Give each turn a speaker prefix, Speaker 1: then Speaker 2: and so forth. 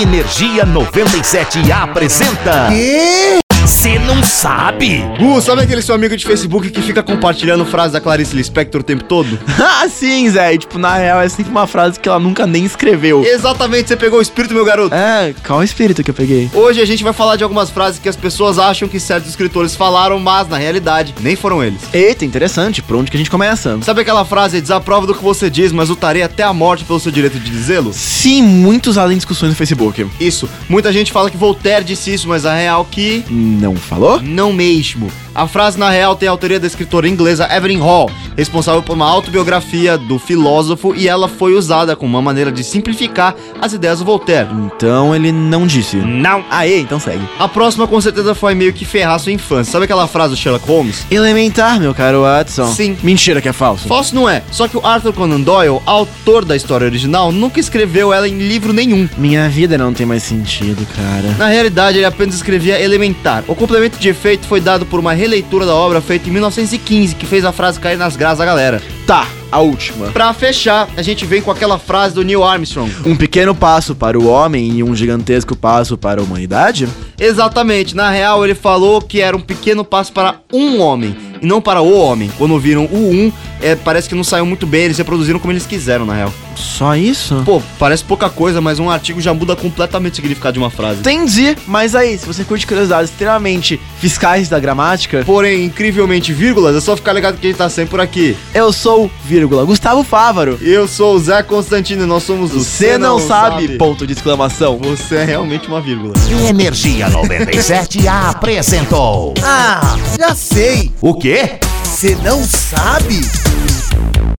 Speaker 1: Energia 97 apresenta.
Speaker 2: Quê?
Speaker 1: Você não sabe?
Speaker 2: Uh, sabe aquele seu amigo de Facebook que fica compartilhando frases da Clarice Lispector o tempo todo?
Speaker 3: ah, sim, Zé. E, tipo, na real, é sempre uma frase que ela nunca nem escreveu.
Speaker 2: Exatamente, você pegou o espírito, meu garoto.
Speaker 3: É, qual espírito que eu peguei?
Speaker 2: Hoje a gente vai falar de algumas frases que as pessoas acham que certos escritores falaram, mas na realidade nem foram eles.
Speaker 3: Eita, interessante. Por onde que a gente começa?
Speaker 2: Sabe aquela frase desaprova do que você diz, mas lutarei até a morte pelo seu direito de dizê-lo?
Speaker 3: Sim, muito usada em discussões no Facebook.
Speaker 2: Isso, muita gente fala que Voltaire disse isso, mas a real é que
Speaker 3: Não falou?
Speaker 2: não mesmo. A frase na real tem a autoria da escritora inglesa Evelyn Hall, responsável por uma autobiografia do filósofo e ela foi usada como uma maneira de simplificar as ideias do Voltaire.
Speaker 3: Então ele não disse.
Speaker 1: Não.
Speaker 3: Aê, então segue.
Speaker 2: A próxima com certeza foi meio que ferrar sua infância. Sabe aquela frase do Sherlock Holmes?
Speaker 3: Elementar, meu caro Watson.
Speaker 2: Sim.
Speaker 3: Mentira que é falso.
Speaker 2: Falso não é, só que o Arthur Conan Doyle, autor da história original, nunca escreveu ela em livro nenhum.
Speaker 3: Minha vida não tem mais sentido, cara.
Speaker 2: Na realidade, ele apenas escrevia elementar. O complemento de efeito foi dado por uma releitura da obra feita em 1915, que fez a frase cair nas graças da galera.
Speaker 3: Tá, a última.
Speaker 2: Pra fechar, a gente vem com aquela frase do Neil Armstrong.
Speaker 3: Um pequeno passo para o homem e um gigantesco passo para a humanidade?
Speaker 2: Exatamente, na real ele falou que era um pequeno passo para um homem e não para o homem. Quando viram o um, é, parece que não saiu muito bem, eles reproduziram como eles quiseram, na real.
Speaker 3: Só isso?
Speaker 2: Pô, parece pouca coisa, mas um artigo já muda completamente o significado de uma frase.
Speaker 3: Entendi, mas aí, se você curte curiosidades extremamente fiscais da gramática,
Speaker 2: Porém, incrivelmente, vírgulas, é só ficar ligado que a gente tá sempre por aqui.
Speaker 3: eu sou, vírgula, Gustavo Fávaro.
Speaker 2: Eu sou o Zé Constantino e nós somos o
Speaker 3: Você não, sabe, ponto de exclamação.
Speaker 2: Você é realmente uma vírgula.
Speaker 1: Energia 97 apresentou.
Speaker 4: Ah, já sei.
Speaker 1: O quê?
Speaker 4: Você não sabe?